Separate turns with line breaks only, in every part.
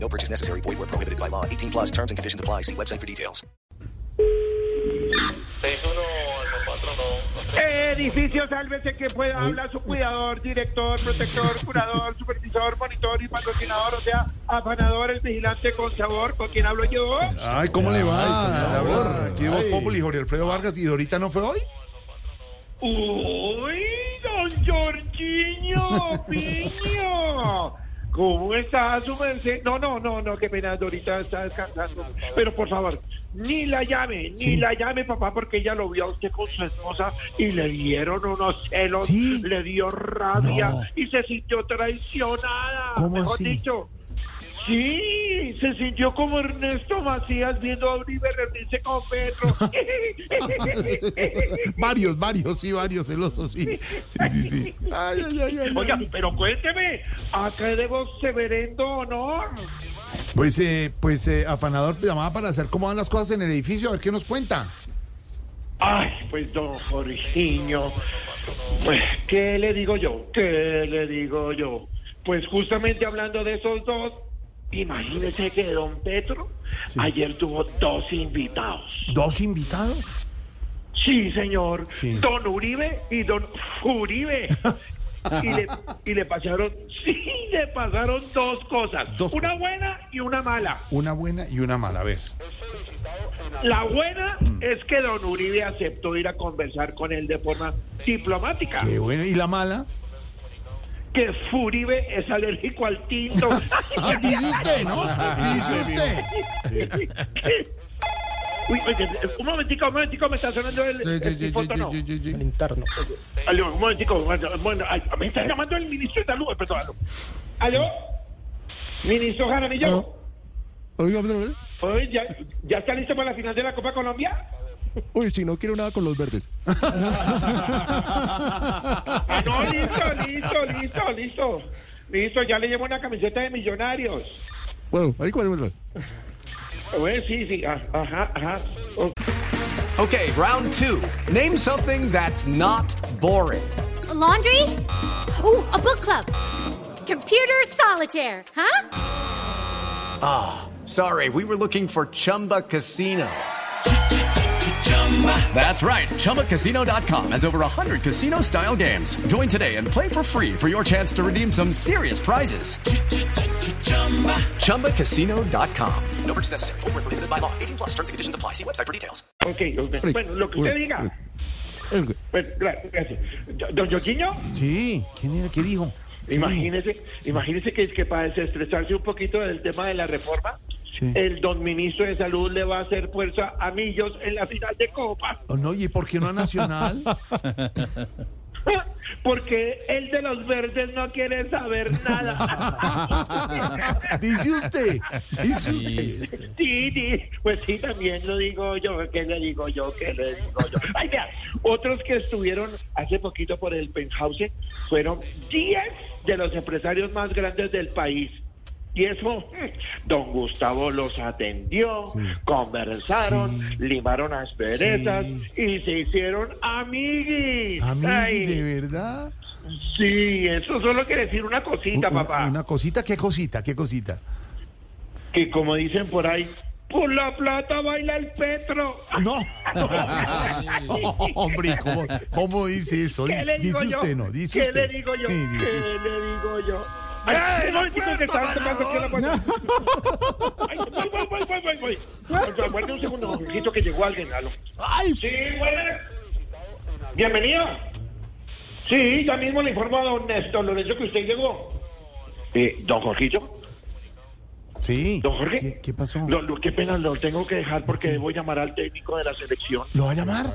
No purchase necessary. Void where prohibited by law. 18 plus terms and conditions apply. See website for details.
618449.
Edificio, sálvese que pueda, habla su cuidador, director, protector, curador, supervisor, monitor y patrocinador, o sea, afanador, el vigilante con sabor, ¿con quien hablo yo?
Ay, ¿cómo le va? Le habla Aquí Voz Populi, Jorge Alfredo Vargas, y Dorita no fue hoy.
Uy, don Jorginho Piño. ¿Cómo está su merced? No, no, no, no, qué pena, Dorita está descansando. Pero por favor, ni la llame, ni la llame, papá, porque ella lo vio a usted con su esposa y le dieron unos celos,
Sí.
le dio rabia
No.
y se sintió traicionada.
¿Cómo
mejor
así?
dicho. Sí, se sintió como Ernesto Macías viendo a Uribe reunirse con Pedro.
varios, varios, sí, varios celosos, sí. Sí, sí, sí. Ay, ay, ay, ay,
Oiga,
ay.
pero cuénteme, ¿a qué debo severendo honor?
Pues, eh, pues eh, afanador, llamaba para hacer cómo van las cosas en el edificio, a ver qué nos cuenta.
Ay, pues don Jorginho, pues, ¿qué le digo yo? ¿Qué le digo yo? Pues justamente hablando de esos dos, imagínese que don Petro ayer tuvo dos invitados.
¿Dos invitados?
Sí, señor,
Sí.
don Uribe y don Uribe. Y le, y le pasaron, sí, le pasaron dos cosas,
Dos
una
cosas.
buena y una mala.
Una buena y una mala, a ver.
La buena
Mm.
es que don Uribe aceptó ir a conversar con él de forma diplomática.
Qué buena. ¿Y la mala?
Que Furibe es alérgico al tinto.
Ah, dice usted, ¿no? Dice usted.
Uy, oye, un momentico, un momentico, me está sonando el,
Sí,
el
sí, sí,
tifono, ¿no?
sí, sí, sí, sí.
Aló, un momentico, un momento, bueno, ay, me está llamando el ministro de salud, eh, perdón, aló. ¿Aló? Ministro Jaramillo,
No. Oiga, otra vez.
Oye, ¿ya, ¿ya está listo para la final de la Copa Colombia?
Uy, si no quiero nada con los verdes.
Ah, no, listo, listo, listo, listo. Listo, ya le llevo una camiseta de millonarios.
Bueno, ahí cuál es
Bueno, sí, sí, ah, ajá, ajá. Ok.
Okay, round two. Name something that's not boring.
A laundry? Ooh, a book club. Computer solitaire, huh?
Sorry, we were looking for Chumba Casino. That's right. ChumbaCasino.com has over 100 casino style games. Join today and play for free for your chance to redeem some serious prizes. ChumbaCasino.com. No purchase necessary. Void where prohibited by law. 18 plus terms and conditions apply. See website for details.
Ok, ok. bueno, lo que usted diga.
el-
Bueno, gra- gracias. Don Joaquinho,
Sí, ¿quién era? ¿Qué dijo? ¿Qué dijo?
imagínese, imagínese que, que para desestresarse un poquito del tema de la reforma,
Sí.
el don ministro de Salud le va a hacer fuerza a Millos en la final de Copa,
Oh, no, ¿y por qué no a Nacional?
porque el de los verdes no quiere saber nada.
Dice usted, dice usted.
Sí, sí, pues sí, también lo digo yo, ¿qué le digo yo? ¿Qué le digo yo? Ay, vea, otros que estuvieron hace poquito por el penthouse fueron 10 de los empresarios más grandes del país. Y eso, mm, don Gustavo los atendió, conversaron, limaron asperezas y se hicieron amiguis.
A mí,
Ay,
de verdad.
sí, eso solo quiere decir una cosita,
Una-
papá.
Una cosita, ¿qué cosita? ¿Qué cosita?
Que como dicen por ahí, por la plata baila el Petro.
No. Oh, Hombre, ¿cómo, cómo dice eso?
¿Qué le digo
dice
yo?
usted, no. Dice
¿Qué
usted.
le digo yo?
Sí, dice
¿Qué
usted.
le digo yo? Ay, un momentico que estaba tocando aquí la puerta. Ay, voy, voy, voy, voy, voy, voy. Agu- Aguarde un segundo, necesito que llegó alguien, Lalo. Sí, buenas. Bienvenido. Sí, ya mismo le informo a don Néstor Lorenzo que usted llegó. Eh, ¿Don Jorgillo?
Sí.
Don Jorge,
¿Qué, qué pasó?
Lo, lo- qué pena, lo tengo que dejar porque debo llamar al técnico de la selección.
¿Lo va a llamar?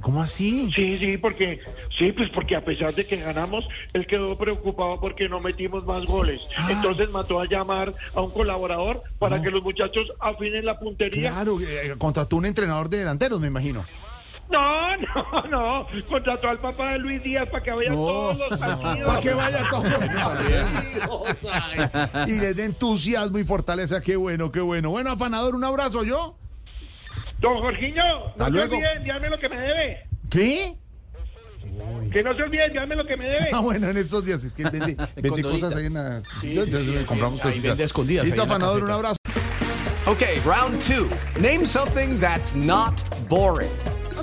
¿Cómo así?
Sí, sí, porque sí, pues porque a pesar de que ganamos, él quedó preocupado porque no metimos más goles.
Ah.
Entonces mató a llamar a un colaborador para que los muchachos afinen la puntería.
Claro, eh, contrató un entrenador de delanteros, me imagino.
No, no, no. Contrató al papá de Luis Díaz para que vaya a todos los partidos.
Para que vaya todo. y les dé entusiasmo y fortaleza. Qué bueno, qué bueno. Bueno, afanador, un abrazo, ¿yo?
Don Jorginho, no se
luego.
olvide enviarme lo que me debe.
¿Qué?
Que no se olvide enviarme lo que me debe.
Ah, bueno, en estos días. Es que vende, vende cosas ahí en la. entonces le compramos cositas.
vende escondidas
Listo,
ahí en la
afanador, un
caseta.
abrazo.
Okay, round two. Name something that's not boring.
A